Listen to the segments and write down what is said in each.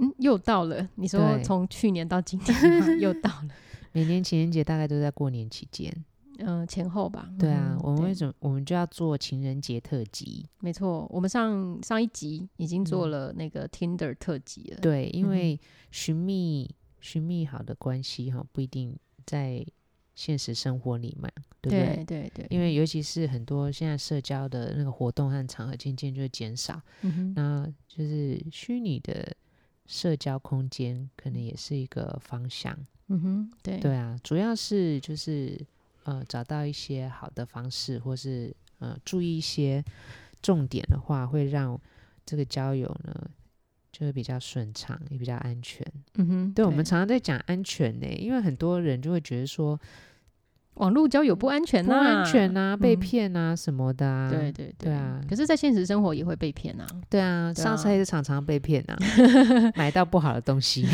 嗯，又到了。你说对从去年到今天吗又到 了，每年情人节大概都在过年期间。嗯、前后吧。对啊，嗯我们对为什么我们就要做情人节特辑？没错，我们上上一集已经做了那个 Tinder 特辑了。对，嗯因哼为寻觅寻觅好的关系哈，不一定在现实生活里嘛，对不嗯对？对对对，因为尤其是很多现在社交的那个活动和场合渐渐就会减少，嗯哼那就是虚拟的社交空间可能也是一个方向。嗯哼，对对啊，主要是就是呃找到一些好的方式，或是呃注意一些重点的话，会让这个交友呢就会比较顺畅，也比较安全。嗯哼，对我们常常在讲安全呢、因为很多人就会觉得说网络交友不安全不呐、安全啊、被嗯骗啊什么的啊。对对对啊可是，在现实生活也会被骗啊， 对啊，对上啊车也是常常被骗啊，买到不好的东 西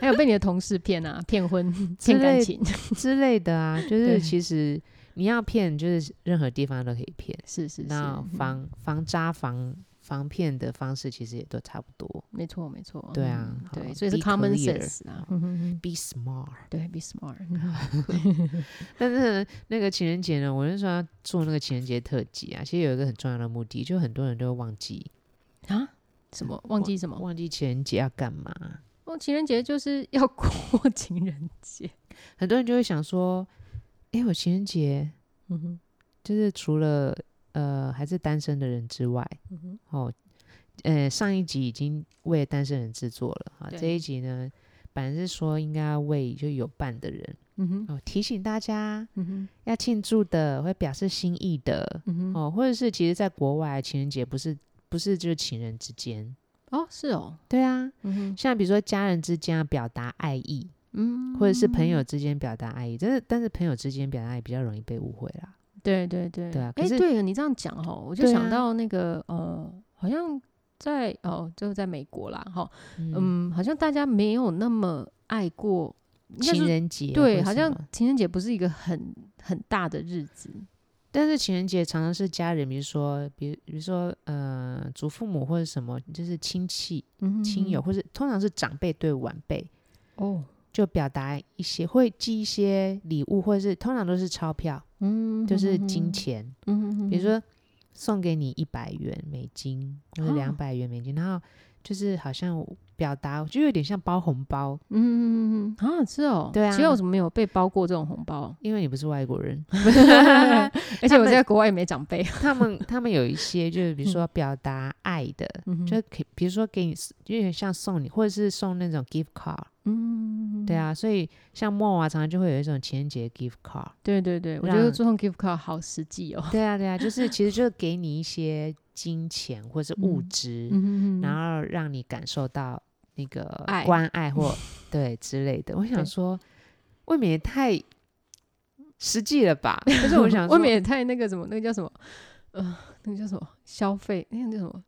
还有被你的同事骗啊，骗婚、之骗感类情，之类的啊， 就是对其实你要骗，就是任何地方都可以骗。是是是，嗯那防防诈防防骗的方式其实也都差不多。没错没错，对啊嗯好对，所以是 be common clear sense 啊，嗯哼哼 Be smart。对，be smart，但是呢那个情人节呢，我就说要做那个情人节特辑啊，其实有一个很重要的目的，就很多人都会忘记啊，什么忘记什么？忘记情人节要干嘛。哦，情人节就是要 过情人节，很多人就会想说，哎、我情人节嗯哼，就是除了呃还是单身的人之外，嗯哼，哦，呃上一集已经为单身人制作了啊，对这一集呢本来是说应该要为就有伴的人嗯哼，哦提醒大家，嗯哼，要庆祝的，会表示心意的、嗯哼，哦，或者是其实在国外情人节不是不是就是情人之间，哦，是哦，对啊，嗯哼，像比如说家人之间要表达爱意，嗯，或者是朋友之间表达爱意，但是但是朋友之间表达爱意比较容易被误会啦。对对对，对啊可哎、是对了，你这样讲哈，我就对想啊到那个、呃，好像在哦，就是在美国啦，哈，嗯，嗯，好像大家没有那么爱过应该情说人节啊或对，者好什像么情人节不是一个很很大的日子，但是情人节常常是家人，比如说比如比如说呃祖父母或者什么，就是亲戚嗯亲友，或者通常是长辈对晚辈。哦，就表达一些，会寄一些礼物，或者是通常都是钞票，嗯，就是金，钱，嗯，比如说送给你一百元美金或者哦两百元美金，然后就是好像表达就有点像包红包，嗯，嗯嗯嗯啊，是哦，对啊其实我怎么没有被包过这种红 包？因为你不是外国 人，而且我们在国外也没长辈，他们他们有一些就是比如说表达爱的，嗯就可以比如说给你就有点像送你，或者是送那种 gift card，嗯，对，啊，所以像莫娃常常就会有一种情人节 gift card， 对对对，我觉让得做送 gift card 好实际哦，对啊对啊，就是其实就是给你一些金钱或是物嗯质，嗯然后让你感受到那个爱关爱 或对之类的。我对想说，未免也太实际了 吧？可是我想说，未免也太那个什么，那个叫什么，呃，那个叫什么消费，那个叫什么，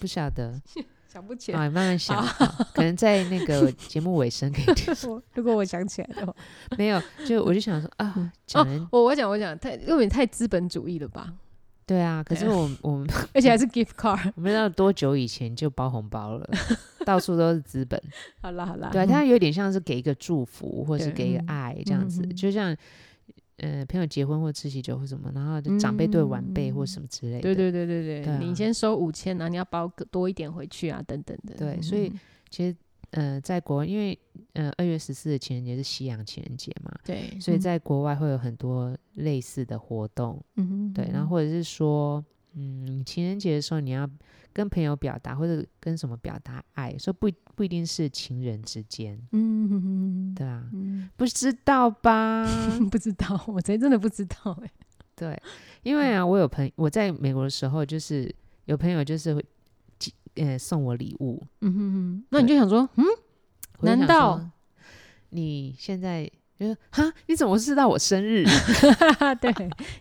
不晓得想不起来。啊，慢慢哦想，好可能在那 个节目尾声可以听。我如果我想起来 的话，没有，就我就想说嗯啊，讲人我我讲我讲太未免太资本主义了吧？对啊，可是对啊我我们而且还是 gift card。 我们知道多久以前就包红包了，到处都是资本。好啦好啦，对啊，嗯它有点像是给一个祝福，或是对给一个嗯爱这样子，嗯嗯嗯就像呃朋友结婚或吃喜酒或什么，然后就长辈对晚辈嗯或什么之类的。对对对对对对，啊你先收五千啊，你要包个多一点回去啊，等等的。对所以其实呃，在国外因为呃二月十四的情人节是西洋情人节嘛，对，所以在国外会有很多类似的活动。嗯对，然后或者是说，嗯，情人节的时候你要跟朋友表达，或者跟什么表达爱，所以不不一定是情人之间。嗯嗯对啊，嗯不知道吧？嗯， 不知道，我真真的不知道哎。对，因为啊，我有朋我在美国的时候，就是有朋友就是会寄呃送我礼物，嗯哼哼，那你就想 说，嗯，我就难想道说你现在就是哈？你怎么知道我 生日？对，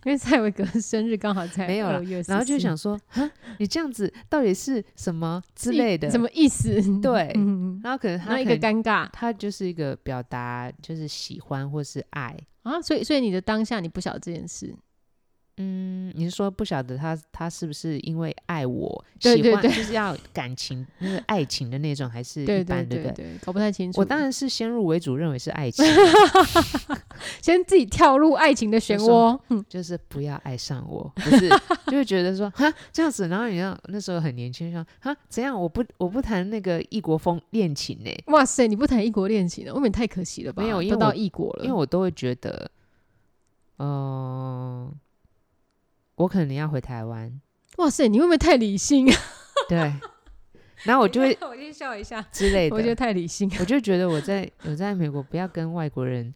因为蔡伟格生日刚好在没有啦2月14，然后就想说哈，你这样子到底是什么之一类的？什么意思？对 嗯，然后可能他那一可个尴能尬他就是一个表达，就是喜欢或是爱。啊，所以所以你的当下你不晓得这件事，嗯，你是说不晓得他他是不是因为爱我，对对喜欢对就是要感情，那个爱情的那种，还是对对一般对不对？对，搞不太清楚。我当然是先入为主，认为是爱情，啊 先自己跳入爱情的漩就说涡，嗯，就是不要爱上我，不是就会觉得说哈这样子，然后你要那时候很年轻，说哈怎样，我不我不谈那个异国风恋情呢、哇塞，你不谈异国恋情了，未免太可惜了吧？没有因为都到我异国了，因为我都会觉得，嗯、我可能要回台湾，哇塞，你会不会太理性？啊 对，然后我就会我先笑一下，之类的，我觉得太理性。我就觉得我在我在美国不要跟外国人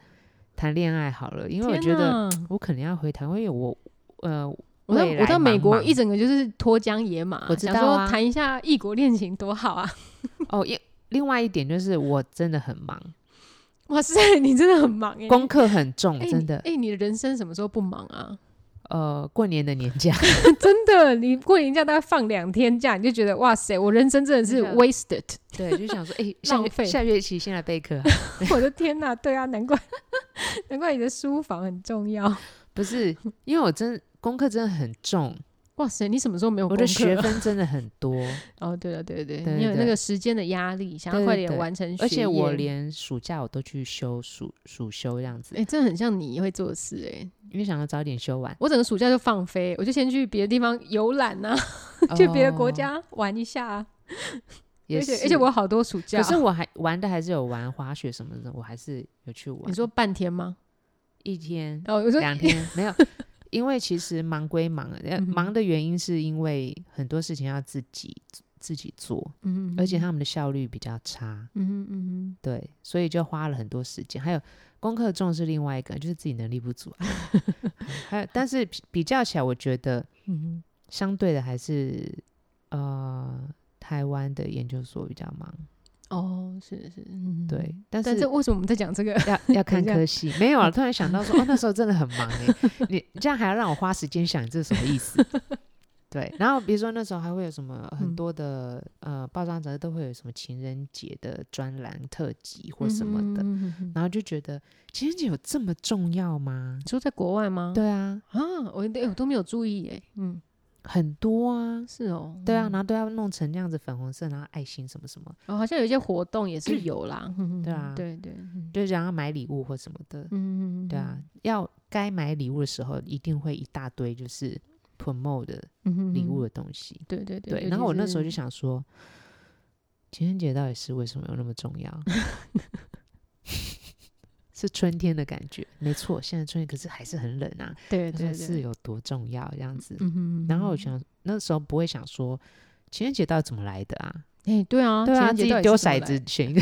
谈恋爱好了，因为我天觉得哪我可能要回台湾，因为我呃，我到未来我到美国茫茫一整个就是脱缰野马，我知想道说啊谈一下异国恋情多好啊！ 哦，因另外一点就是我真的很忙，哇塞，你真的很忙哎，功课很重，哎你真的。哎，你的人生什么时候不忙啊？呃，过年的年 假真的，你过年假大概放两天假，你就觉得哇塞，我人生真的是真的 wasted。对，就想说，哎、下浪学费下学期先来备课啊，我的天呐，对啊，难怪 难怪你的书房很重要。 不是因为我真功课真的很重，哇塞，你什么时候没有我功的学课？分真的很 多，哦，对了，对对对对，你有对那个时间的压力，想要对快对点对完成学业。而且我连暑假我都去休暑暑休这样子，哎，这很像你会做的事哎。，因为想要早点休完我整个暑假就放飞，我就先去别的地方游览呐， 去别的国哦家玩一下啊。也而且是，而且我有好多暑假，可是我还玩的还是有玩滑雪什么的，我还是有去玩。你说半天吗？一天、哦，我说两天没有，因为其实忙归忙，呃嗯哼忙的原因是因为很多事情要自己自己做，嗯，而且他们的效率比较差，嗯嗯嗯对，所以就花了很多时间。还有功课重是另外一个，就是自己能力不足 啊。还有，但是比比较起来，我觉得嗯嗯，相对的还是呃台湾的研究所比较忙，哦，是是，嗯，对，。但是但是为什么我们在讲这个？ 要要看一下科系，没有啊！突然想到说，哦，那时候真的很忙哎，你你这样还要让我花时间想，这是什么意思？对，然后比如说那时候还会有什么很嗯多的、呃，报章杂志都会有什么情人节的专栏特辑 或什么的，嗯嗯嗯嗯嗯然后就觉得情人节有这么重要吗？你说在国外吗？对啊，啊，我哎我都没有注意哎，嗯，很多啊，是哦，对啊，嗯然后都要弄成那样子粉红色，然后爱心什么什么，哦，好像有一些活动也是有啦，嗯嗯 对嗯啊对对，嗯就是想要买礼物或什么的，嗯，嗯对啊，，要该买礼物的时候一定会一大堆就是 promote 的嗯礼嗯嗯物，的东西。对对对，尤然后其我那时候是就，想说，情人节到底是为什么有那么重 要？是春天的感觉，没错，现在春天可是还是很冷啊。对他说对是对，有多重要这样子。嗯哼然后我嗯想那时候不会想说情人节到底怎么来的啊？哎，对啊，对情啊，人节自己到底丢是怎么骰来子选 一个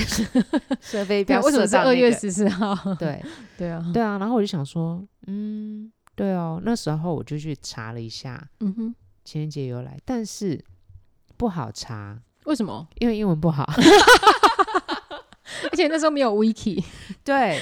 射对飞镖啊，为什么射是到二那月个十四号？ 对对啊，对啊，然后我就想说，嗯，对哦，那时候我就去查了一下嗯哼，情人节由来，但是不好查，为什么？ 因为英文不好。而且那时候没有 wiki，对，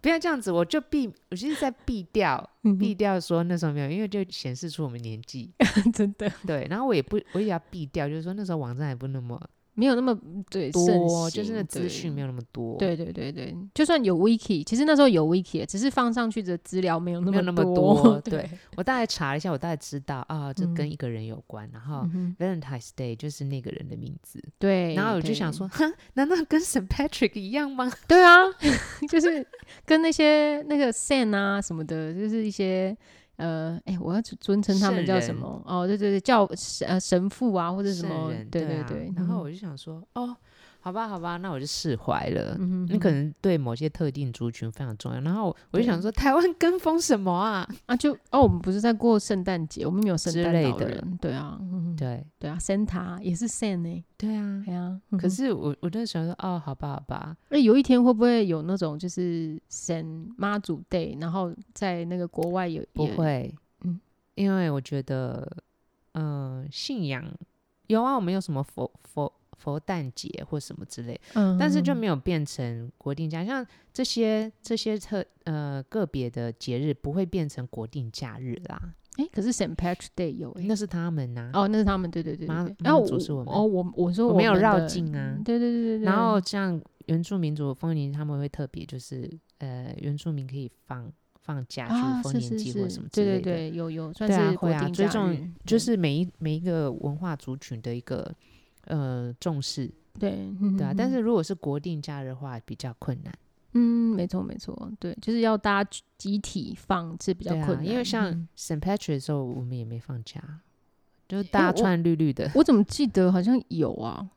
不要这样子，我就避，我就是在避掉，嗯避掉说那时候没有，因为就显示出我们年纪。 真的对，然后我也不，我也要避掉，就是说那时候网站还不那么没有那么对盛行多，就是那资对讯没有那么多，，对对对对，就算有 wiki，其实那时候有 wiki，只是放上去的资料没有那没有那么多多。对，我大概查了一下，我大概知道啊，这跟嗯一个人有关，然后嗯哼 Valentine's Day 就是那个人的名字，对，然后我就想对，说，哼，难道跟 St. Patrick 一样 吗？对啊， 就是跟那些那个 San 啊什么的，就是一些呃，哎，我要尊尊称他们圣叫什人么？哦，对对对，叫神呃神父啊，或者什圣么人，对对对啊对。然后嗯我就想说，哦，好吧，好吧，那我就释怀了。嗯哼那可哼能对某些特定族群非常重要。然后我就对想说，台湾跟风什么 啊？啊，就哦，我们不是在过圣诞节，我们没有圣之诞类老的人，对啊，嗯对对啊，Santa 也是 San 呢，对啊。对啊。可是我我就想说，哦，好吧，好吧，那有一天会不会有那种就是 San 妈祖 Day，然后在那个国外有不也会，嗯呃因为我觉得，嗯、信仰有啊，我们有什么佛佛佛诞节或什么之类，嗯但是就没有变成国定假。像这些这些特呃个别的节日不会变成国定假日啦，哎、可是 St. Patrick Day 有哎、那是他们呐、哦，那是他们，对对对妈对对。妈然后祖是我们哦，我我说我没有们绕的境啊嗯对对对对对。然后像原住民族丰年，他们会特别就是呃，原住民可以放放假啊，去丰是年是祭是，或什么对之类对的。对，有有算对啊是会国啊定追假踪日就对是每一每一个文化族群的一个呃重视，对对对啊。但是如果是国定假日的话，比较困难，嗯，没错没错，对，就是要大家集体放是比较对啊困难，因为像嗯 St. Patrick 的时候，我们也没放假，就是大我家穿绿绿的，我怎么记得好像有啊，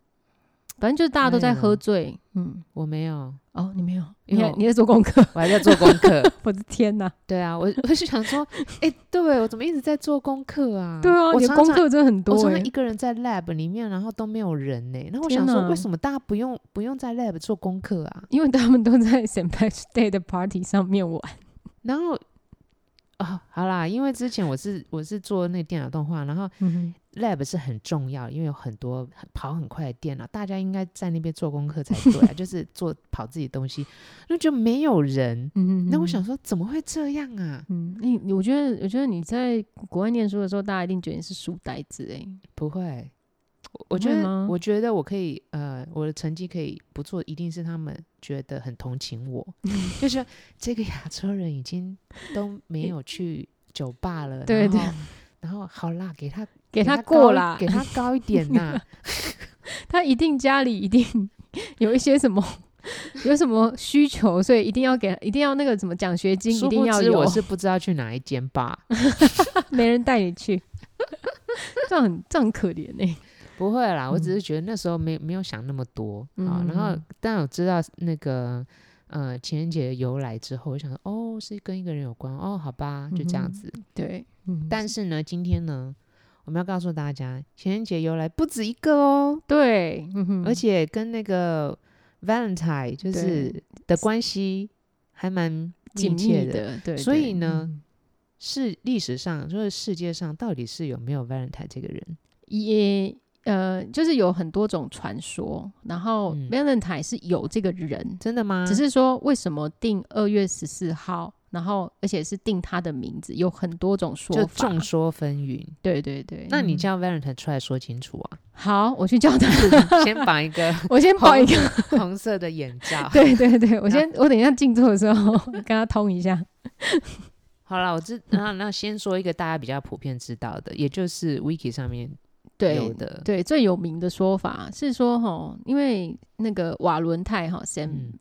反正就是大家都哪在有喝醉，嗯，我没有，哦，你没有，你因为还我你在做功课， 我还在做功课。我的天哪， 对啊，我我是想说，哎、对我怎么一直在做功课啊？对啊，我你的常功常课真的很多我常常欸一个人在 lab 里面，然后都没有人呢、那我天想说，哪为什么大家不用不用在 lab 做功课啊？因为他们都在 St. Patrick Day 的 party 上面玩，然后啊、好啦，因为之前我是我是做那个电脑动画，然后嗯 lab 是很重要，因为有很多很跑很快的电脑，大家应该在那边做功课才对 啊，就是做跑自己的东西，那就没有人。嗯，那我想说，怎么会这样啊？嗯，你你我觉得，我觉得你在国外念书的时候，大家一定觉得你是书呆子哎、不会，我我不觉会得吗我觉得我可以，呃，我的成绩可以不错，一定是他们觉得很同情我， 就是这个亚洲人已经都没有去酒吧了，对对然后，然后好啦，给他给他高过一啦，给他高一点 呐，他一定家里一定 有一些什么有什么需求，所以一定要给，一定要那个什么奖学金，殊一定不要知有，我是不知道去哪一间 吧，没人带你去， 这样很这样很可怜哎、不会啦，我只嗯是觉得那时候没没有想那么多啊，嗯然后嗯但我知道那个。呃，情人节的由来之后，我想说，哦，是跟一个人有关，哦，好吧，就这嗯样哼子。对，嗯，但是呢，今天呢，我们要告诉大家，情人节由来不止一个哦，对，嗯哼，而且跟 那个 Valentine 就是对的关系还蛮紧密密切的，对，所对以呢，嗯是历史上就是世界上到底是有没有 Valentine 这个人？也呃，就是有很多种传说，然后嗯 Valentine 是有这个人，真的吗？只是说为什么定二月十四号，然后而且是定他的名字，有很多种说就法。众说纷 纭。对对对，那你嗯叫 Valentine 出来说清楚啊！ 好，我去叫 他，先绑一 个我先红报一个。红色的眼 罩。对对对，我先我等一下静坐的时候跟他通 一下。好了，我知那那先说一个大家比较普遍知道的，也就是 Wiki 上面有对的。对，最有名的说法是说哈，因为那个瓦伦泰哈 Sam，、嗯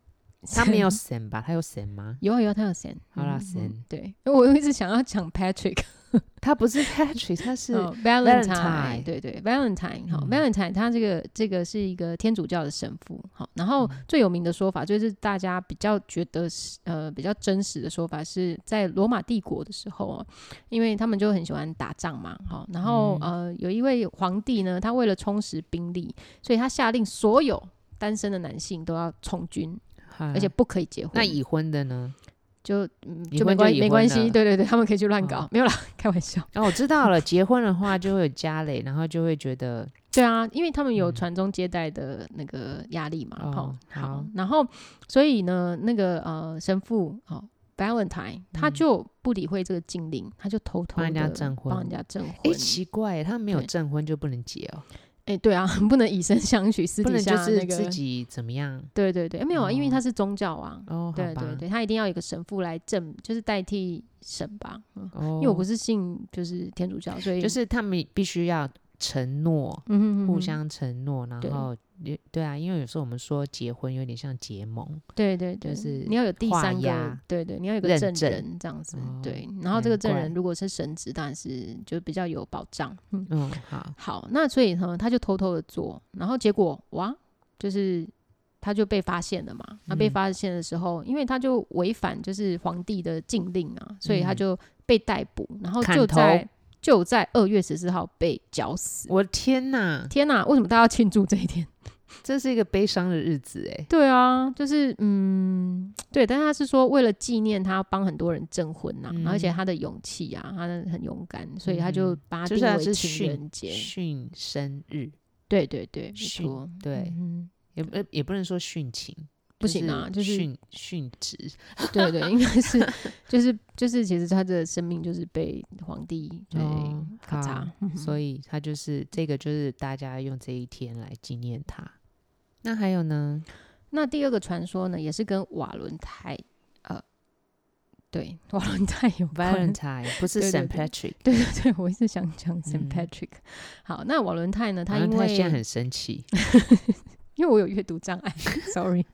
他没有神吧？他有神吗？有啊有啊，他有 Sam。好啦嗯，Sam 对，因为我一直想要讲 Patrick。他不是 Patrick，他是、哦 Valentine Valentine，对对，Valentine 好、嗯 v a l e n t i n e 他这个这个是一个天主教的神父好，然后嗯最有名的说法就是大家比较觉得是呃比较真实的说法是在罗马帝国的时候哦，因为他们就很喜欢打仗嘛好，然后、嗯呃有一位皇帝呢，他为了充实兵力，所以他下令所有单身的男性都要从军，而而且不可以结婚，嗯那已婚的呢？就嗯已就没婚就关已没婚关了系，对对对，他们可以去乱搞，哦没有啦，开玩笑。哦，我知道了，结婚的话就会有家累，然后就会觉得对啊，因为他们有嗯传宗接代的那个压力嘛，哦哈、好 好，然后所以呢，那个呃神父哦 Valentine，他嗯就不理会这个禁令，他就偷偷帮人家地证婚帮人家证婚。哎、奇怪耶，他没有对证婚就不能结哦，哎对啊， 不能以身相许，私不底能下就那是个，自己怎么样对对对，哎没有啊，因为哦他是宗教啊，哦？对好吧对对，他一定要有一个神父来证，就是代替神吧，嗯，哦，因为我不是信就是天主教，所以就是他们必须要承诺，嗯哼嗯哼互相承诺，对然后也对啊，因为有时候我们说结婚有点像结盟，对对对，是你要有第画三个押，对对，你要有个认证证人这样子，哦对。然后这个难证怪人如果是神职，当然是就比较有保障。嗯，嗯，好，好，那所以呢，他就偷偷的做，然后结果哇，就是他就被发现了嘛。那被嗯发现的时候，因为他就违反就是皇帝的禁令啊，所以他嗯就被逮捕，然后砍就头在就在二月十四号被绞死。我的天哪，天哪、为什么大家要庆祝这一天？这是一个悲伤的日子哎，对啊，就是嗯，对，但是他是说为了纪念他帮很多人证婚呐、嗯而且他的勇气啊，他的很勇敢，所以他就嗯把它就定是他为是情殉人节。殉生日，对对对，没训错，对嗯也不也不能说殉情，不行啊就是殉殉职，哼，对对，应 该是就是就是，其实他的生命就是被皇帝对哦咔好嚓，所以他就是这个，就是大家用这一天来纪念他。那还有 呢？那第二个传说呢，也是跟瓦伦泰，呃，对，瓦伦泰有关。 Valentine 不是对对 Saint 对 Patrick，对对 对，我一直想讲 Saint 嗯 Patrick。好，那瓦伦泰呢？他然因后为现在很生气，因为我有阅读障碍 ，sorry。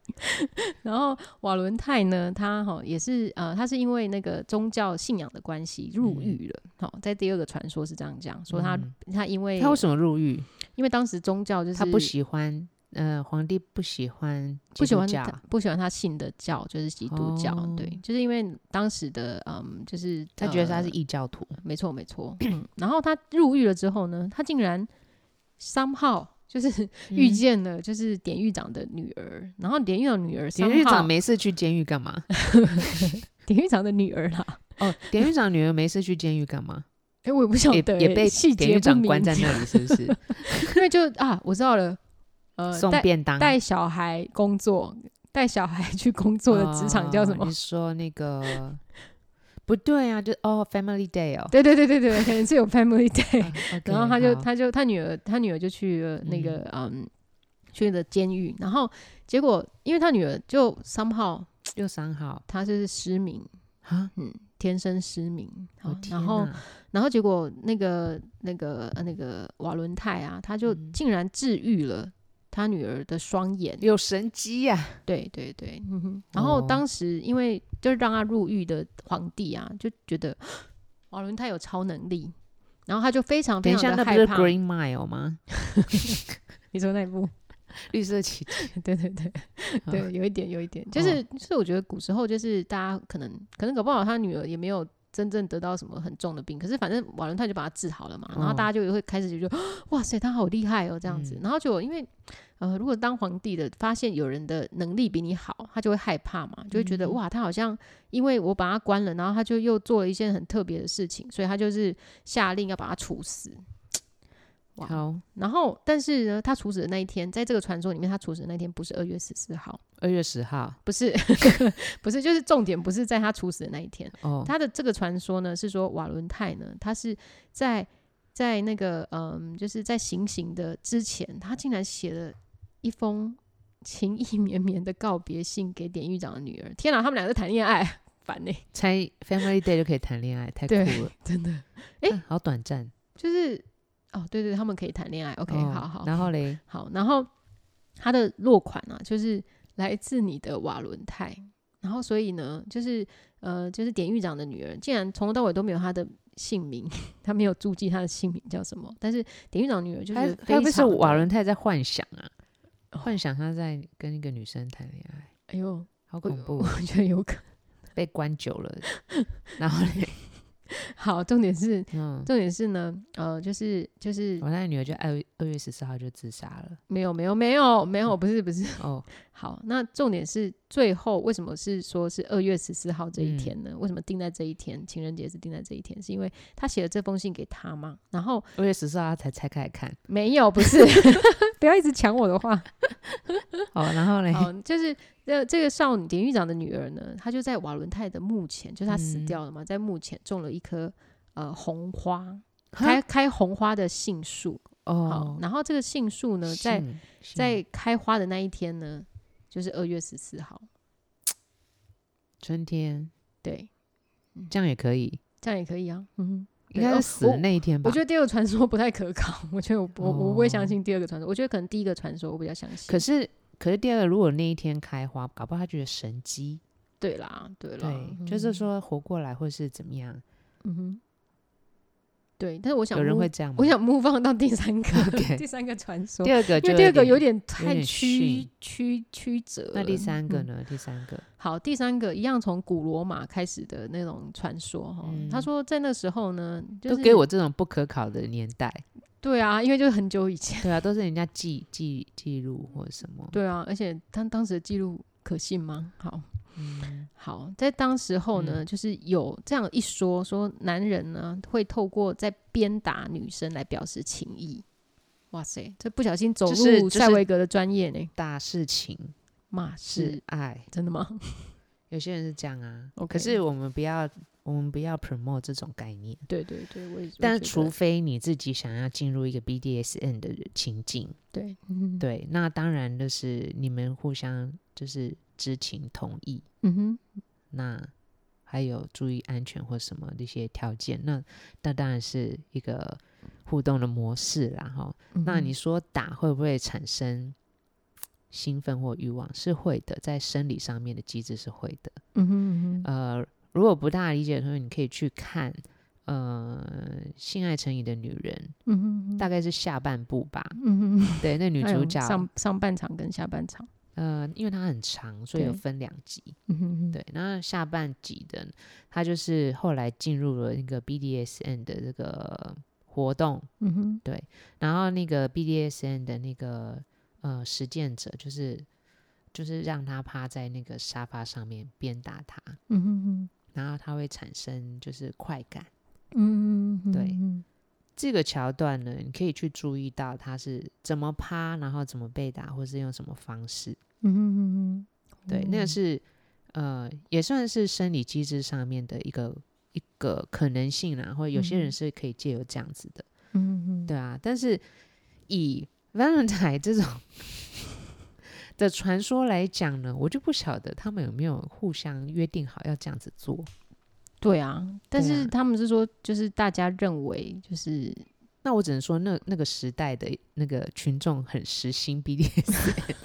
然后瓦伦泰呢，他哈也是呃，他是因为那个宗教信仰的关系入狱了。好、在第二个传说是这样讲，说他、嗯他因为他为什么入狱？因为当时宗教就是他不喜欢，呃，皇帝不喜欢基不喜督欢教他不喜欢他信的教就是基督教，哦对，就是因为当时的嗯，就是他觉得他是呃异教徒，没错没错、嗯然后他入狱了之后呢，他竟然 somehow 嗯就是遇见了就是典狱长的女儿，然后典狱长女儿典狱长 somehow- 没事去监狱 干嘛？典狱长的女儿啦，哦，典狱长女儿没事去监狱干嘛？哎、我也不晓也得、欸，也被细典节不狱长明，关在那里，是不是？因为就啊，我知道了， 呃，送带便当，带小孩工作，带小孩去工作的职场叫什哦么？ 你说那个不对啊，就哦，Family Day 哦。对对对对对，可能是有 family day，、啊，OK，然后他就好他就他女儿他女儿就去了那个嗯去了监狱，然后结果因为他女儿就 somehow 又三号她就是失明，啊，嗯，天生失明，我好哦哦天然后哪然后结果那个那个呃那个瓦伦泰啊，他就嗯竟然治愈了他女儿的双眼，有神机呀，对对对，嗯哼。然后哦当时因为就是让他入狱的皇帝啊，就觉得 瓦伦泰有超能力，然后他就非常等非一下，常那的不害是怕。 Green Mile 吗？你说那一部？绿色奇迹，对对对嗯对，有一点有一点，就是就是我觉得古时候就是大家可能可能搞不好他女儿也没有。真正得到什么很重的病，可是反正瓦伦泰就把他治好了嘛，然后哦大家就会开始就觉 得，哇塞，他好厉害哦，这样子。嗯然后就因为，呃，如果当皇帝的发现有人的能力比你好，他就会害怕嘛，就会觉得、嗯哇，他好像因为我把他关了，然后他就又做了一件很特别的事情，所以他就是下令要把他处死。哇好，然后，但是呢，他处死的那一天，在这个传说里面，他处死的那一天不是二月十四号，二月十号不是， 不是，就是重点不是在他处死的那一天。哦，他的这个传说呢，是说瓦伦泰呢，他是在在那个嗯，就是在行刑的之前，他竟然写了一封情意绵绵的告别信给典狱长的女儿。天哪，他们俩在谈恋爱， 烦呢、才 Family Day 就可以谈恋爱，太酷对了，真的。哎诶，好短暂。就是哦，对对，他们可以谈恋爱。OK，、哦好好。然后嘞，好，然后它的落款啊，就是来自你的瓦伦泰。然后所以呢，就是呃，就是典狱长的女儿，竟然从头到尾都没有她的姓名， 她没有注记她的姓名叫什么。但是典狱长女儿就还是还非不是常瓦的，伦泰在幻想啊，哦幻想他在跟一个女生谈恋爱，哎呦，好我恐 怖哦我，觉得有可被关久 了。然后嘞，好，重点是嗯，重点是呢，呃，就是就是我那个女儿就二二月十四号就自杀了。没有没有没有没有，不是不是，哦，好，那重点是最后为什么是说是二月十四号这一嗯天呢？为什么定在这一天？情人节是定在这一天，是因为他写了这封信给他嘛？然后二月十四号她才拆开来看。没有，不是， 不要一直抢我的话。哎哦，然后嘞，好，就是这这个少女典狱长的女儿呢，她就在瓦伦泰的墓前，就是她死嗯掉了嘛，在墓前种了一棵呃红花，哈开开红花的杏树。好哦，，然后这个杏树呢，在信信在开花的那一天呢，就是二月十四号。春天对，这样也可以，这样也可以啊。嗯哼。应嗯对该哦是死的我那一天吧我觉。得第二个传说不太可靠， 我觉得我我我不哦会相信第二个传说，我觉得可能第一个传说我比较相信。可是可是第二个，如果那一天开花，搞不好她觉得神机，对啦，对嗯啦，对，就是说活过来或是怎么样，嗯，嗯哼，对。但是我想有人 move- 会这样吗？我想目放到第三个 OK 第三个传说，第二个因就为第二个有点。点太点曲逊曲曲折了。那第三个嗯呢？第三个好，第三个一样从古罗马开始的那种传说哈。嗯他说在那时候呢，就都是给我这种不可考的年代，对啊，因为就是很久以前，对啊，都是人家记记记录或什么。对啊，而且他当时的记录可信吗？好，嗯，好，在当时候呢，就是有这样一说，说男人呢会透过在鞭打女生来表示情意。哇塞，这不小心走就是入就是塞维格的专业呢。大事情骂是是爱，真的吗？ 有些人是这样啊。 OK 可是我们不要，我们不要 promote 这种概念。对对对，我也但是我觉得除非你自己想要进入一个 BDSN 的情境，对嗯对，那当然就是你们互相就是知情同意，嗯哼那还有注意安全或什么的一些条件，那那当然是一个互动的模式啦，哈。嗯哼，那你说打会不会产生兴奋或欲望？是会的，在生理上面的机制是会的。嗯哼嗯哼呃，如果不大理解的同学，你可以去看呃《性爱成瘾的女人嗯哼》，大概是下半部吧。嗯哼嗯哼，对，那女哎呦主角、上上半场跟下半场，呃，因为它很长，所以有对分两集。嗯哼嗯哼，对，那下半集的他就是后来进入了那个 BDSN 的这个活动，嗯哼然后那个 BDSN 的那个呃实践者就是就是让他趴在那个沙发上面鞭打他，嗯哼嗯然后他会产生就是快感。哼嗯哼，对嗯这个桥段呢，你可以去注意到他是怎么趴，然后怎么被打，或是用什么方式。哼嗯哼，对，那个嗯是呃，也算是生理机制上面的一个一个可能性啦，或者有些人嗯是可以借由这样子的，嗯哼对啊。但是以 Valentine 这种的传说来讲呢，我就不晓得他们有没有互相约定好要这样子做。对啊，但对啊是他们是说，就是大家认为就是那我只能说那，那个时代的那个群众很实心 BDS，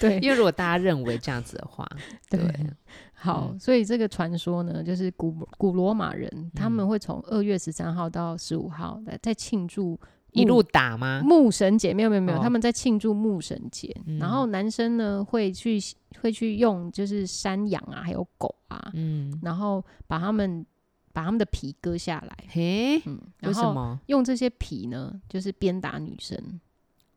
对 因为如果大家认为这样子的话，对对好，嗯所以这个传说呢，就是古古罗马人他们会从二月十三号到十五号来在庆祝一木路打吗？牧神节，没有没有没有，哦他们在庆祝牧神节。嗯然后男生呢会去会去用就是山羊啊，还有狗啊，嗯，然后把他们把他们的皮割下来，嘿，嗯，为然什后么？用这些皮呢，就是鞭打女生，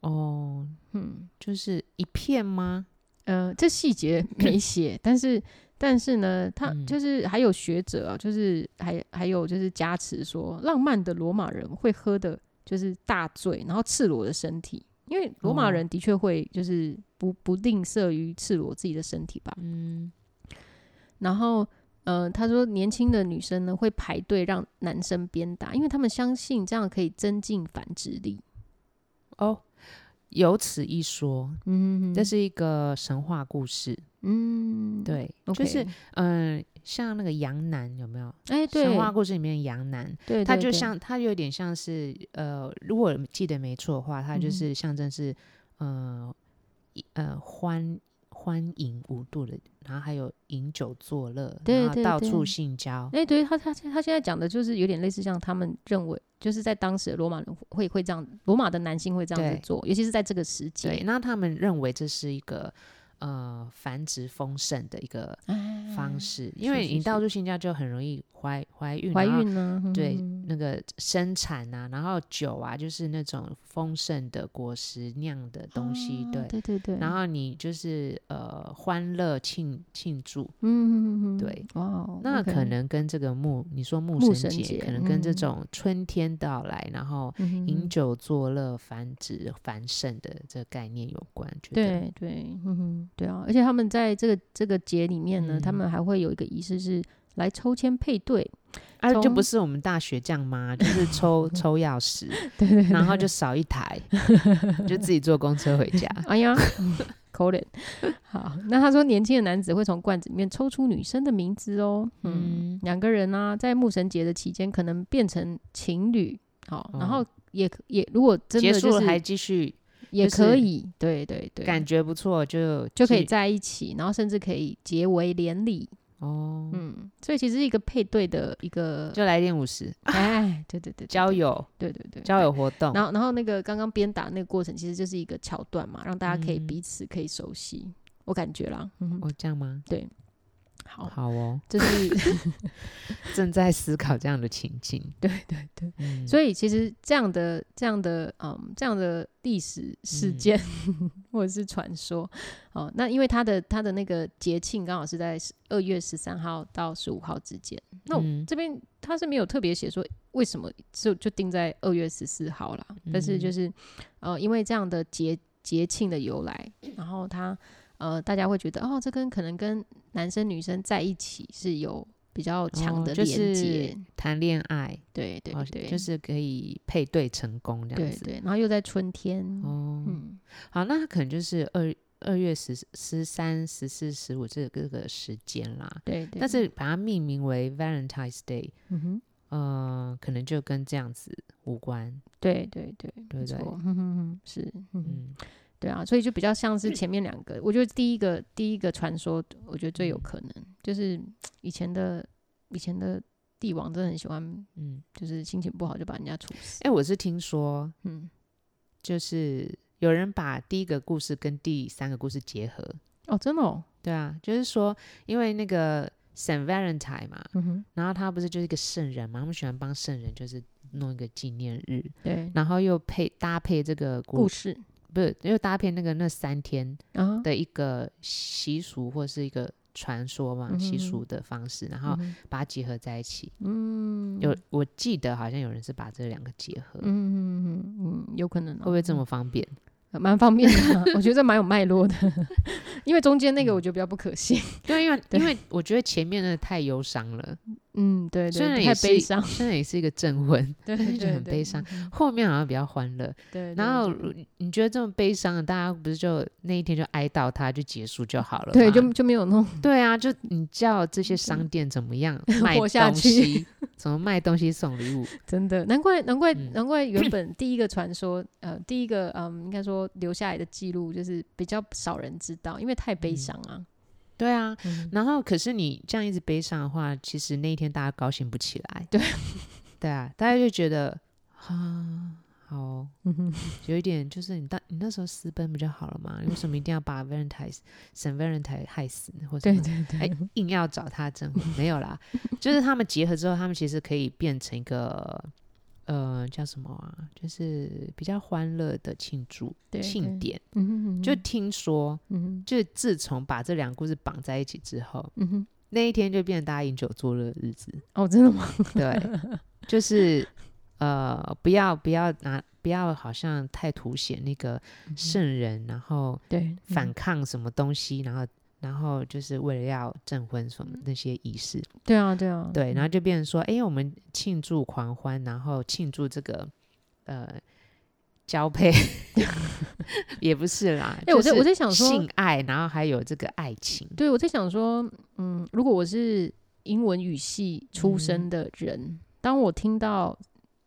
哦，嗯。就是一片吗？呃，这细 节没写，但是但是呢，他嗯就是还有学者啊，就是还还有就是加持说，浪漫的罗马人会喝的就是大醉，然后赤裸的身体，因为罗马哦人的确会就是不不吝啬于赤裸自己的身体吧。嗯，然后呃，他说年轻的女生呢会排队让男生鞭打，因为他们相信这样可以增进繁殖力。哦，有此一说，嗯这是一个神话故事。嗯，对 OK，就是嗯、呃像那个杨楠有没有？哎对神话故事里面的杨楠，对，他对就对像他有点像是呃，如果记得没错的话，他就嗯是象征是、呃一呃欢欢饮无度的，然后还有饮酒作乐，对然后对到对处性交。哎、对他，他他现在讲的就是有点类似像他们认为，就是在当时的罗马人会会这样，罗马的男性会这样对子做，尤其是在这个时对，节，那他们认为这是一个呃繁殖丰盛的一个啊方式，嗯因是为是你是到处性交就很容易怀怀孕，怀然后孕呢、对嗯那个生产啊，然后酒啊，就是那种丰盛的果实酿的东西，啊对。对对对，然后你就是呃欢乐庆庆祝，嗯，嗯嗯嗯对，哇哦，那 OK 可，能跟这个木你说木木神神节，节可能跟这嗯种春天到来，然后嗯哼饮哼酒作乐、繁殖繁盛的这个概念有关，觉得对对，嗯哼，对啊，而且他们在这个这个节里面呢，他嗯们还会有一个仪式是来抽签配对，啊，就不从是我们大学这样吗？就是 抽抽钥匙，对对然后就少一台， 就自己坐公车回家。哎呀，口脸。 好，那他说年轻的男子会从罐子里面抽出女生的名字哦。 嗯嗯，两、个人啊，在牧神节的期间可能变成情侣，好，哦然后也可也如果真结的束就了还是继续，也就是可以，对对对，感觉不错就就可以继在一起，然后甚至可以结为连理。哦，嗯，所以其实是一个配对的一个，就来练五十哎，对对对，对交，友对对对，交友活动。然后，然后那个刚刚鞭打那个过程，其实就是一个桥段嘛，让大家可以嗯彼此可以熟悉，我感觉啦。嗯哼，哦，这样吗？对，好，好哦，这是正在思考这样的情境。 对对对，嗯所以其实这样的、这样的、嗯、这样的历史事件、嗯 或者是传说，哦，那因为它的它的那个节庆刚好是在二月十三号到十五号之间，那我嗯这边它是没有特别写说为什么就就定在二月十四号啦，嗯但是就是呃，因为这样的节节庆的由来，然后它呃，大家会觉得哦，这跟可能跟男生女生在一起是有比较强哦的就连接。是谈恋爱，对对哦对，就是可以配对成功这样对子。对，然后又在春天，哦，嗯，好，那它可能就是二二月十十三、十四、十五这个这个时间啦。对对，但是把它命名为 Valentine's Day，嗯哼，呃，可能就跟这样子无关，对对对，对没不对错，？哼哼哼，是，嗯哼，嗯，对啊，所以就比较像是前面两个，我觉得第一个第一个传说，我觉得最有可能就是以前的以前的帝王真的很喜欢，嗯，就是心情不好就把人家处死哎、，我是听说，嗯，就是有人把第一个故事跟第三个故事结合，哦，真的哦，对啊，就是说，因为那个 Saint Valentine 嘛，嗯哼，然后他不是就是一个圣人嘛，他们喜欢帮圣人就是弄一个纪念日，对，然后又配搭配这个故故事不是又搭配那个那三天啊，的一个习俗或是一个传说嘛，嗯习哼俗的方式，然后嗯哼把它结合在一起。嗯，有我记得好像有人是把这两个结合，嗯嗯嗯嗯，有可能、啊，会不会这么方便？ 呃蛮方便的啊、我觉得蛮有脉络的， 因为中间那个我觉得比较不可信。 对，啊因为对因为我觉得前面的太忧伤了，嗯，对虽然对，也太是悲伤，虽然也是一个镇魂， 对 但是对就对，很悲伤。嗯。后面好像比较欢乐，对，对然后如你觉得这么悲伤的，大家不是就那一天就哀悼他就结束就好了吗？对就就没有弄， 对啊，就你叫这些商店怎么样卖 活下东西，怎么卖东西送礼物？ 真的，难怪难怪嗯难怪 原本第一个传说，呃，第一个嗯，应该说留下来的记录就是比较少人知道，因为太悲嗯伤啊。对啊，嗯然后可是你这样一直悲伤的话，其实那一天大家高兴不起来。对， 对啊，大家就觉得啊，好哦、嗯哼有一点就是你当你那时候私奔不就好了嘛？你为什么一定要把 Valentine、Saint Valentine 害死呢？或者对对对，哎，硬要找他证婚，没有啦，就是他们结合之后，他们其实可以变成一个呃叫什么啊，就是比较欢乐的庆祝对庆，典。对嗯哼嗯哼就听说，嗯哼就自从把这两个故事绑在一起之后，嗯哼，那一天就变成大家饮酒作乐的日子。哦，真的吗？对， 就是呃，不要不要拿，不要好像太凸显那嗯个圣人，然后对，嗯反抗什么东西，然后然后就是为了要证婚什么那些仪式，对啊对啊，对，然后就变成说，哎、我们庆祝狂欢，然后庆祝这个呃 交配，也不是啦，哎我在就是我在想说性爱，然后还有这个爱情，对，我在想说，嗯，如果我是英文语系出嗯身的人，当我听到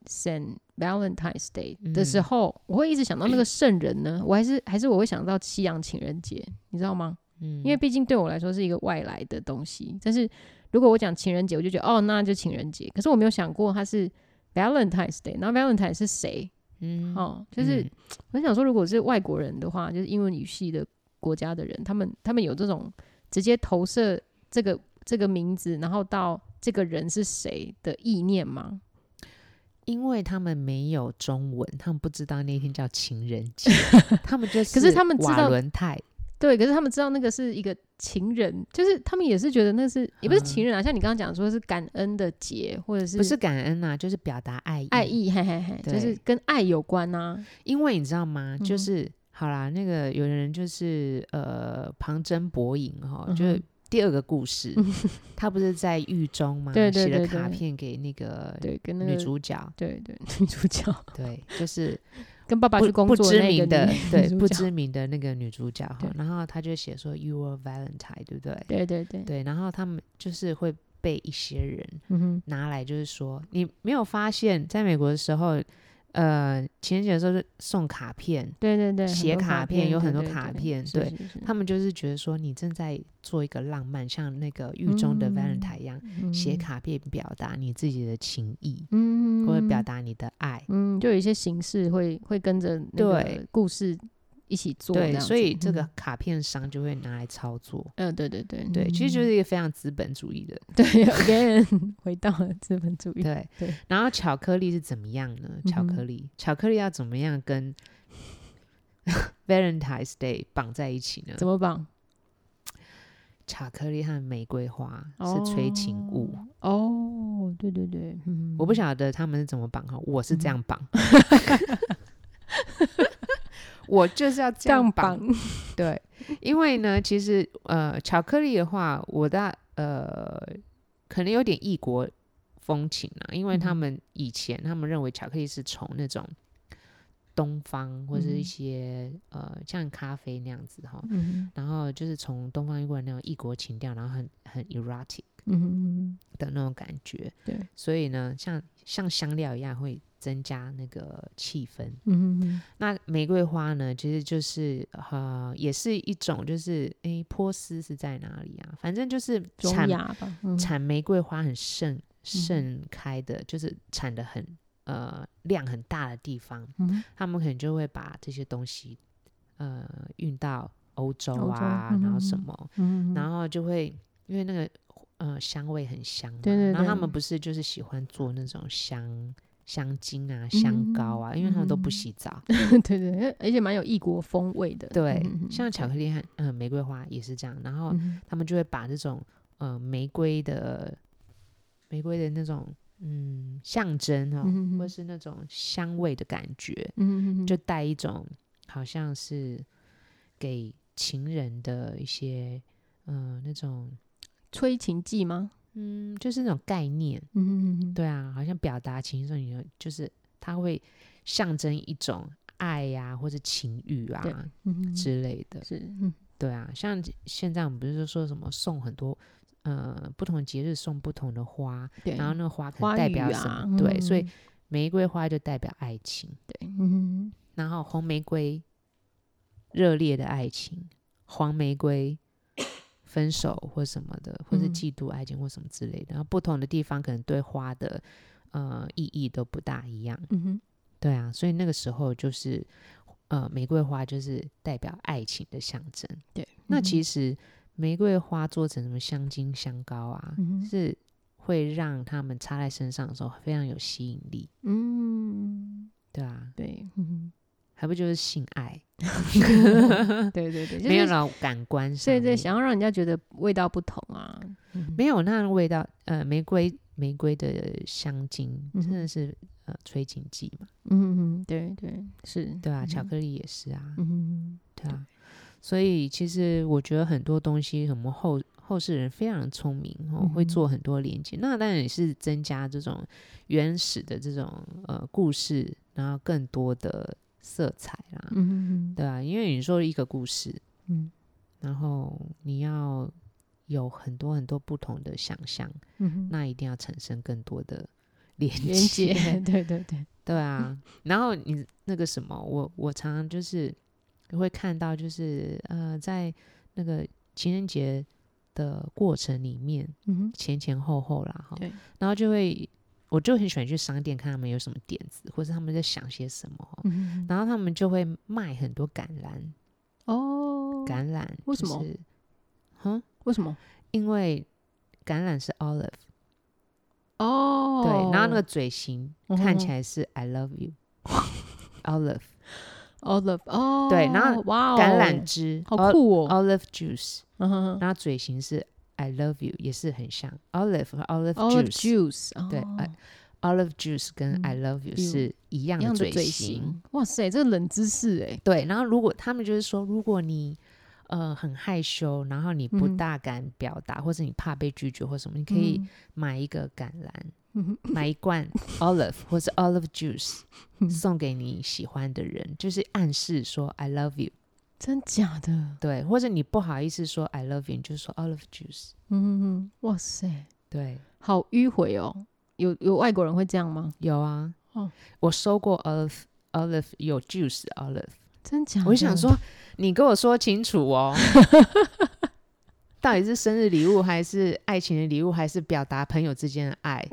Saint Valentine's Day 的时嗯候，我会一直想到那个圣人呢，我还是还是我会想到西洋情人节，你知道吗？嗯，因为毕竟对我来说是一个外来的东西，但是如果我讲情人节，我就觉得哦，那就情人节，可是我没有想过它是 Valentine's Day，然后 Valentine 是谁？嗯，哦，就是嗯我想说，如果是外国人的话，就是英文语系的国家的人，他们他们有这种直接投射这个这个名字，然后到这个人是谁的意念吗？因为他们没有中文，他们不知道那一天叫 情人节，他们就是可是他们知瓦道伦泰，对，可是他们知道那个是一个情人，就是他们也是觉得那是也不是嗯情人啊，像你刚刚讲说是感恩的节，或者是不是感恩啊，就是表达爱意，爱，意，嘿嘿嘿，就对是跟爱有关啊。因为你知道吗？就嗯哼是、好啦，那个有的人就是呃旁征博引哈、嗯就是哼第二个 故事，他不是在狱中吗？对对对写了卡对片给那个对，跟那女个主角，对 对女主角对，就是跟 爸爸去不工不作知的那个名的女，对女主不角知名的那个女主角哈对，然后他就写说 “You are Valentine”，对不对？对对对，对，然后他们就是会被一些人嗯哼。拿来，就是说你没有发现，在美国的时候，呃，情人节的时候就送卡片，对对对，写很多卡片有很多对对卡对片是对是是他们就是觉得说你正在做一个浪漫，像那个狱中的嗯 Valentine 一样，写嗯卡片表达你自己的情意，嗯或者表达，达你的爱。嗯，就有一些形式会会跟着那个对故事一起做这对，样子。所以这个嗯，卡片商就会拿来操作。嗯，对对对对，其实就是一个非常资本主义的。对 ，again 回到了资本主义。对对然后巧克力是怎么样呢？巧嗯克哼力，巧克力要怎么样跟 Valentine's Day 绑在一起呢？怎么绑？巧克力和玫瑰花是催情物，哦，对对对，嗯，我不晓得他们是怎么绑哈，我是这样绑， 我就是要这这样样绑嗯绑。对，因为呢，其实呃，巧克力的话，我的呃，可能有点异国风情啊，因为他嗯们以前他们认为巧克力是从那种东方或者嗯一些、呃像咖啡那样子哈，嗯然后就是从东方运过来那种异国情调，然后很很 erotic 哼嗯哼嗯的那种感觉。对，所以呢，像像香料一样会增加那个气氛。哼嗯哼那玫瑰花呢，其实就是呃，也是一种，就是诶，波斯是在哪里啊？反正就是中产亚嗯吧，嗯产玫瑰花很盛盛开的，就是产的很呃量很大的地方，嗯他们可能就会把这些东西呃运到欧洲欧洲啊，嗯然后嗯什嗯么，嗯，然后就会因为那个呃香味很香嘛，对对然后他对们不是就是喜欢做那种香香精啊、香膏啊，因为他们都嗯不洗澡。对对对，而且蛮有异国风味的。对嗯，哼像巧克力和呃玫瑰花也是这样，然后嗯他们就会把这种呃玫瑰的玫瑰的那种嗯象征哦，嗯或哼是那种香味的感觉，嗯哼嗯哼就带一种好像是给情人的一些呃那种催情剂吗？嗯就是那种概念，嗯哼嗯哼对啊，好像表达情绪，你就是它会象征一种爱呀、或者情欲对啊嗯哼之类的。是嗯对啊，像现在我们不是说什么送很多，呃，不同节日送不同的花，对，然后那个花可花能代语表什么？啊对，所以嗯玫瑰花就代表爱情，对，嗯然后红玫瑰热烈的爱情，黄玫瑰分手或什么的，或是嗯嫉妒爱情或什么之类的。然后不同的地方可能对花的呃意义都不大一样。嗯哼对啊，所以那个时候就是，呃，玫瑰花就是代表爱情的象征。对，那嗯其实玫瑰花做成什么香精、香膏啊，嗯哼是会让他们插在身上的时候非常有吸引力。嗯，对啊，对，嗯还不就是性爱？哼对对对，就呃没有嗯是了感官上所以面，对，想要让人家觉得味道不同啊，嗯没有那味道。呃，玫瑰玫瑰的香精真的是、呃催情剂嘛，嗯哼，对对是，对啊，嗯巧哼克力也是啊，嗯哼对啊，所以其实我觉得很多东西，我们后后世人非常聪明哦，会嗯哼做很多连接。那当然也是增加这种原始的这种呃故事，然后更多的色彩啦，嗯哼对啊，因为你说一个故事，嗯然后你要有很多很多不同的想象，嗯哼，那一定要产生更多的连嗯连接接， 对对对，对啊，然后你那个什么，我我常常就是会看到，就是呃，在那个情人节的过程里面，嗯前前后后啦，哈，对，然后就会我就很喜欢去商店看他们有什么点子，或者他们在想些什么哦，哼嗯哼然后他们就会卖很多橄榄，哦，橄榄为就什么是？嗯，为什么？因为橄榄是 olive，哦，对，然后那个嘴型看嗯起哼来是 I love you olive， olive 哦，对然后哇哦，橄榄汁，好 ol- 酷哦， olive juice，嗯哼哼然后嘴型是 I love you，也是很像 olive 和 olive ，olive juice。哦 juice 对哦哎 olive juice 跟嗯 I love you you 是一样一样的嘴嘴型。型，哇塞，这个冷知识哎，对，然后如果他们就是说，如果你呃很害羞，然后你不嗯哼大敢表达，或者你怕被拒绝或什么，你可以买一个橄榄，嗯，嗯买 一罐 olive 或是 olive juice 嗯送给你喜欢的人，就是暗示说 I love you。真假的，嗯对，或者你不好意思说 I love you，你就说 olive juice。嗯嗯，哇塞，对，好迂回哦，有有外国人会这样吗？有啊，哦我收过 olive olive 有 juice olive，、真假的？我就想嗯说，你跟我说清楚哦， 到底是生日礼物还是爱情的礼物，还是表达朋友之间的爱？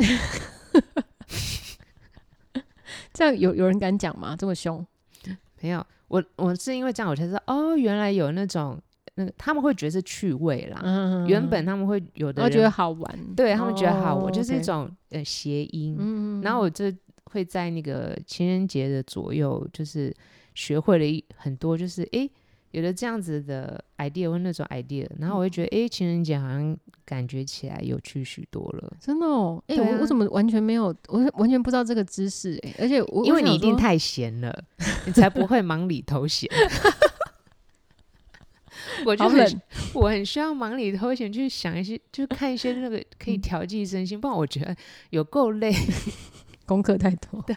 这样有有人敢讲吗？这么凶？没没有，我我是因为这样我才知道，哦，原来有那种那个他们会觉得是趣味啦，嗯原本他们会有的我人觉得好玩，对他们觉得好，我、哦就是一 OK 种呃谐音，嗯，然后我就会在那个情人节的左右，就是学会了一很多，就是诶有了这样子的 idea 或那种 idea，然嗯后我会觉得诶情人节好像感觉起来有趣许多了，真的哦，哎、对我啊我怎么完全没有，我是完全不知道这个知识、哎，而且我因为我想你一定说太闲了，你才不会忙里偷闲。 我就好很冷，我很需要忙里偷闲去想一些，就看一些那个可嗯以调剂身心，不然我觉得有够累。功课太多，对。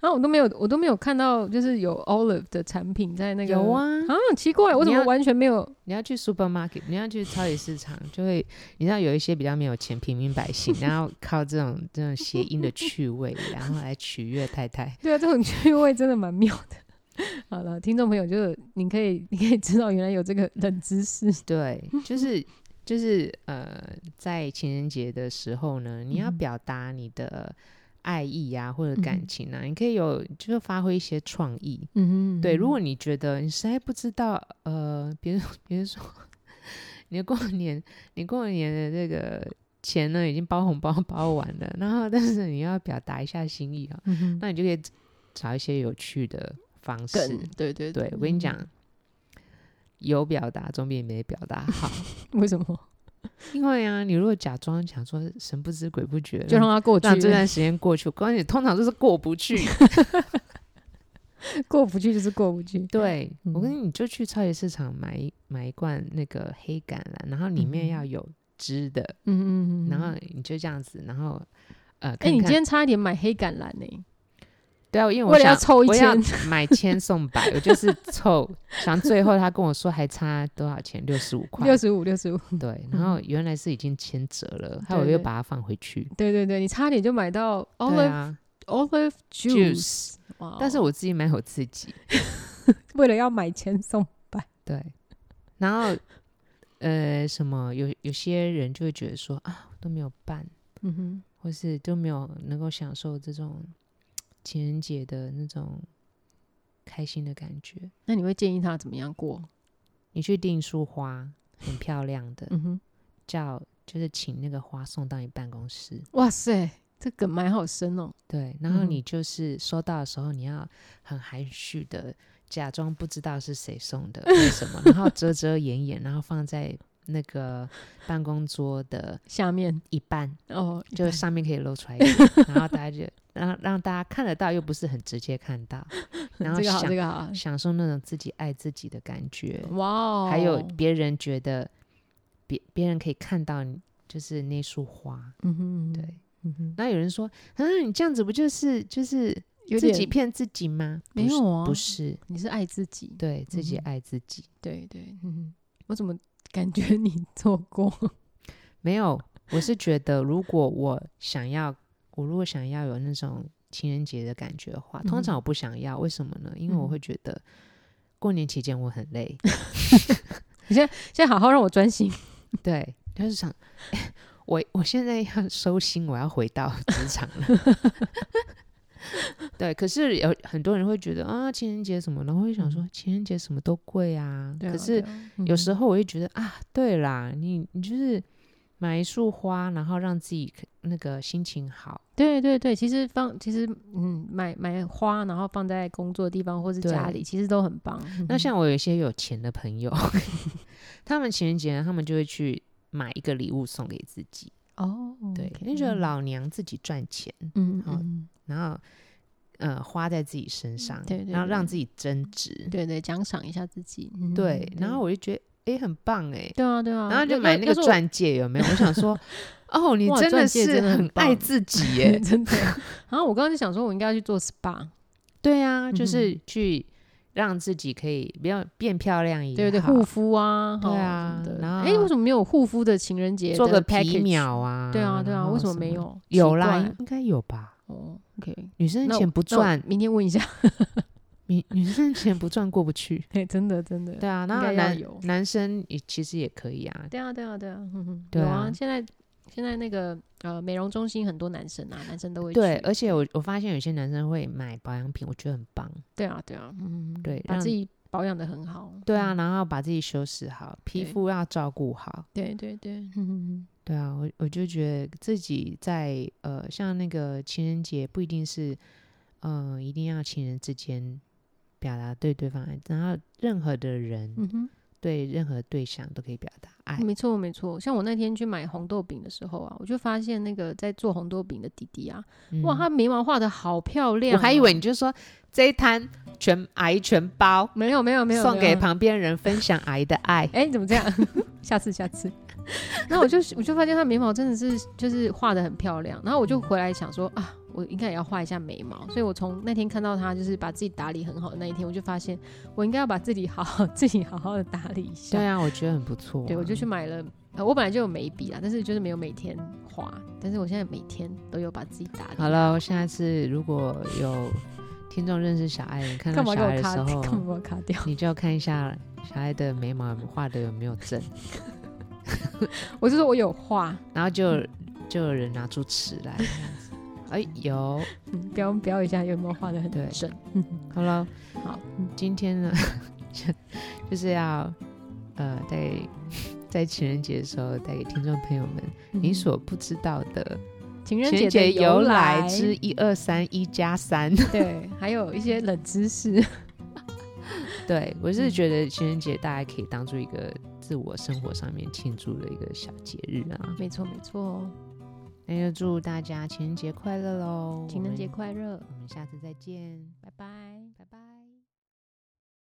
然后我都没有，我都没有看到，就是有 Olive 的产品在那个有啊，啊，奇怪，我怎你么要完全没有？你要去 supermarket，你要去超级市场，就会你知道有一些比较没有钱平民百 姓，然后靠这种这种谐音的趣味，然后来取悦 太太。对啊，这种趣味真的蛮妙的。好了，听众朋友，就是你可以，你可以知道原来有这个冷知识。对，就是就是呃，在情人节的时候呢，你要嗯表达你的爱意啊，或嗯者感情啊，你可以有就是发挥一些创意。嗯对，如果你觉得你实在不知道，呃，比 如比如说，你的过年，你过年的这个钱呢，已经包红包包完了，然后但 是你要表达一下心意啊、嗯哼那你就可以找一些有趣的方式梗。，嗯对对对我跟你，讲，有表达总比没表达好，为什么因为啊，你如果假装想说神不知鬼不觉，就让他过去让？这段时间过去，我告诉你，通常都是过 不去。过不去就是过不去。对，我跟嗯你你就去超级市场买一买一罐那个黑橄榄，然后里面要有汁的，嗯嗯嗯嗯。然后你就这样子，然后呃，哎、看你看今天差一点买黑橄榄呢、对啊，因为我为了想要凑一我要千 买千送百，我就是凑，想最后他跟我说还差多少钱，六十五块，六十五，六十五。对，然后原来是已经千折了，还对有又对把它放回去，对对对，你差点就买到对 olive、啊 olive juice， ，juice，哇哦但是我自己买我自己，为了要买千 送百，对，然后呃，什么有有些人就会觉得说啊，我都没有办。嗯哼，或是都没有能够享受这种情人节的那种开心的感觉。那你会建议他怎么样过？你去订一束花，很漂亮的，嗯哼，叫就是请那个花送到你办公室，哇塞，这梗埋好深哦。对，然后嗯你就是收到的时候，你要很含蓄的假装不知道是谁送 的，为什么，然后遮遮掩掩，然后放在那个办公桌的下面一半， 哦，就一上面可以露出来一点，然后大家就让让大家看得到，又不是很直接看到， 然般后这个享、好，这个好，享受那种自己爱自己的感觉，哇哦，还有别人觉得别别人可以看到你就是那束花，嗯哼，对。嗯哼，然后有人说，嗯，你这样子不就是就是有自己点骗自己吗？不没是有啊，不，是，你是爱自己，对自己嗯爱自己，对对，嗯哼，我怎么感觉你做过？没有，我是觉得如果我想要，我如果想要有那种情人节的感觉的话，通嗯常我不想要，为什么呢？因为我嗯会觉得过年期间我很累， 现在好好让我专心，对，就是想， 我我现在要收心，我要回到职场了。 对，可是有很多人会觉得啊，情人节什么，然后会想说情人节什么都贵啊，嗯对啊可是对啊有嗯时候我会觉得啊，对啦，你你就是买一束花，然后让自己可那个心情好，对对对，其实放其实嗯，买买花，然后放在工作的地方或是家对里，其实都很棒。嗯那像我有一些有钱的朋友， 他们情人节他们就会去买一个礼物送给自己，哦，对， OK，因为觉得嗯老娘自己赚钱，嗯好嗯，然后呃花在自己身上，对对然后让对自己增值，对对，奖赏一下自己。嗯对，然后我就觉得诶很棒诶，对啊对啊，然后就要买要那要个是我钻戒有没有？我想 说，哦，你哇真钻的戒是真的很很爱棒自己耶， 真的。然后我刚刚就想说，我应该要去做 SPA，对啊，就嗯是去让自己可以不要变漂亮也好，对对，护肤啊，对哈啊什么的然哎，后为什么没有护肤的情人节做的个皮 package？秒啊，对啊对然啊，为后什么没么？有？有奇啦，怪应应该有吧？哦，OK，女生那钱我不那我 赚，明天问一下。女女生钱不赚过不去。哎，真的真的，对啊，该那要男有男生也其实也可以啊。对啊，对啊，对啊，嗯哼，对有啊啊。现在现在那个呃美容中心很多男生啊，男生都会去。对，而且我我发现有些男生会买保养品，我觉得很棒。对啊，对啊，嗯，对把让自己保养的很好。嗯对啊，然后把自己修饰好，皮对肤要照顾好。对对对，嗯，对啊，我我就觉得自己在呃，像那个情人节不一定是，呃，一定要情人之间表达对对方爱，然后任何的人、嗯哼，对任何对象都可以表达爱。没错没错。像我那天去买红豆饼的时候啊，我就发现那个在做红豆饼的弟弟啊，哇，嗯他眉毛画的好漂亮哦、我还以为你就说这一摊全癌全包，没有没有没有送没给有旁边人分享癌的爱。哎、怎么这样？ 下次，下 次。然后我就我就发现她眉毛真的是就是画的很漂亮，然后我就回来想说啊，我应该也要画一下眉毛。所以我从那天看到她就是把自己打理很好的那一天，我就发现我应该要把自己好好自己好好的打理一下。对啊，我觉得很不错、啊对，我就去。买了。呃，我本来就有眉笔啦，但是就是没有每天画，但是我现在每天都有把自己打理。好了，下次如果有听众认识小 爱，你看干到嘛给小爱我的时卡？候，干嘛给我卡掉？你就看一下小孩的眉毛画的有没有正，我就说我有画，然后就嗯就有人拿出尺来，这样子哎，有，嗯，标标一下有没有画的很对正。好了，好，今天呢， 就就是要呃，在在情人节的时候带给听众朋友们你嗯所不知道的情人情人节的节由来 来之一二三一加三。对，还有一些冷知识。对我是觉得情人节大家可以当做一个自我生活上面庆祝的一个小节日啊， 没错，没错。哦那就祝大家情人节快乐喽！情人我节们快乐，我们下次再见，拜拜，拜拜。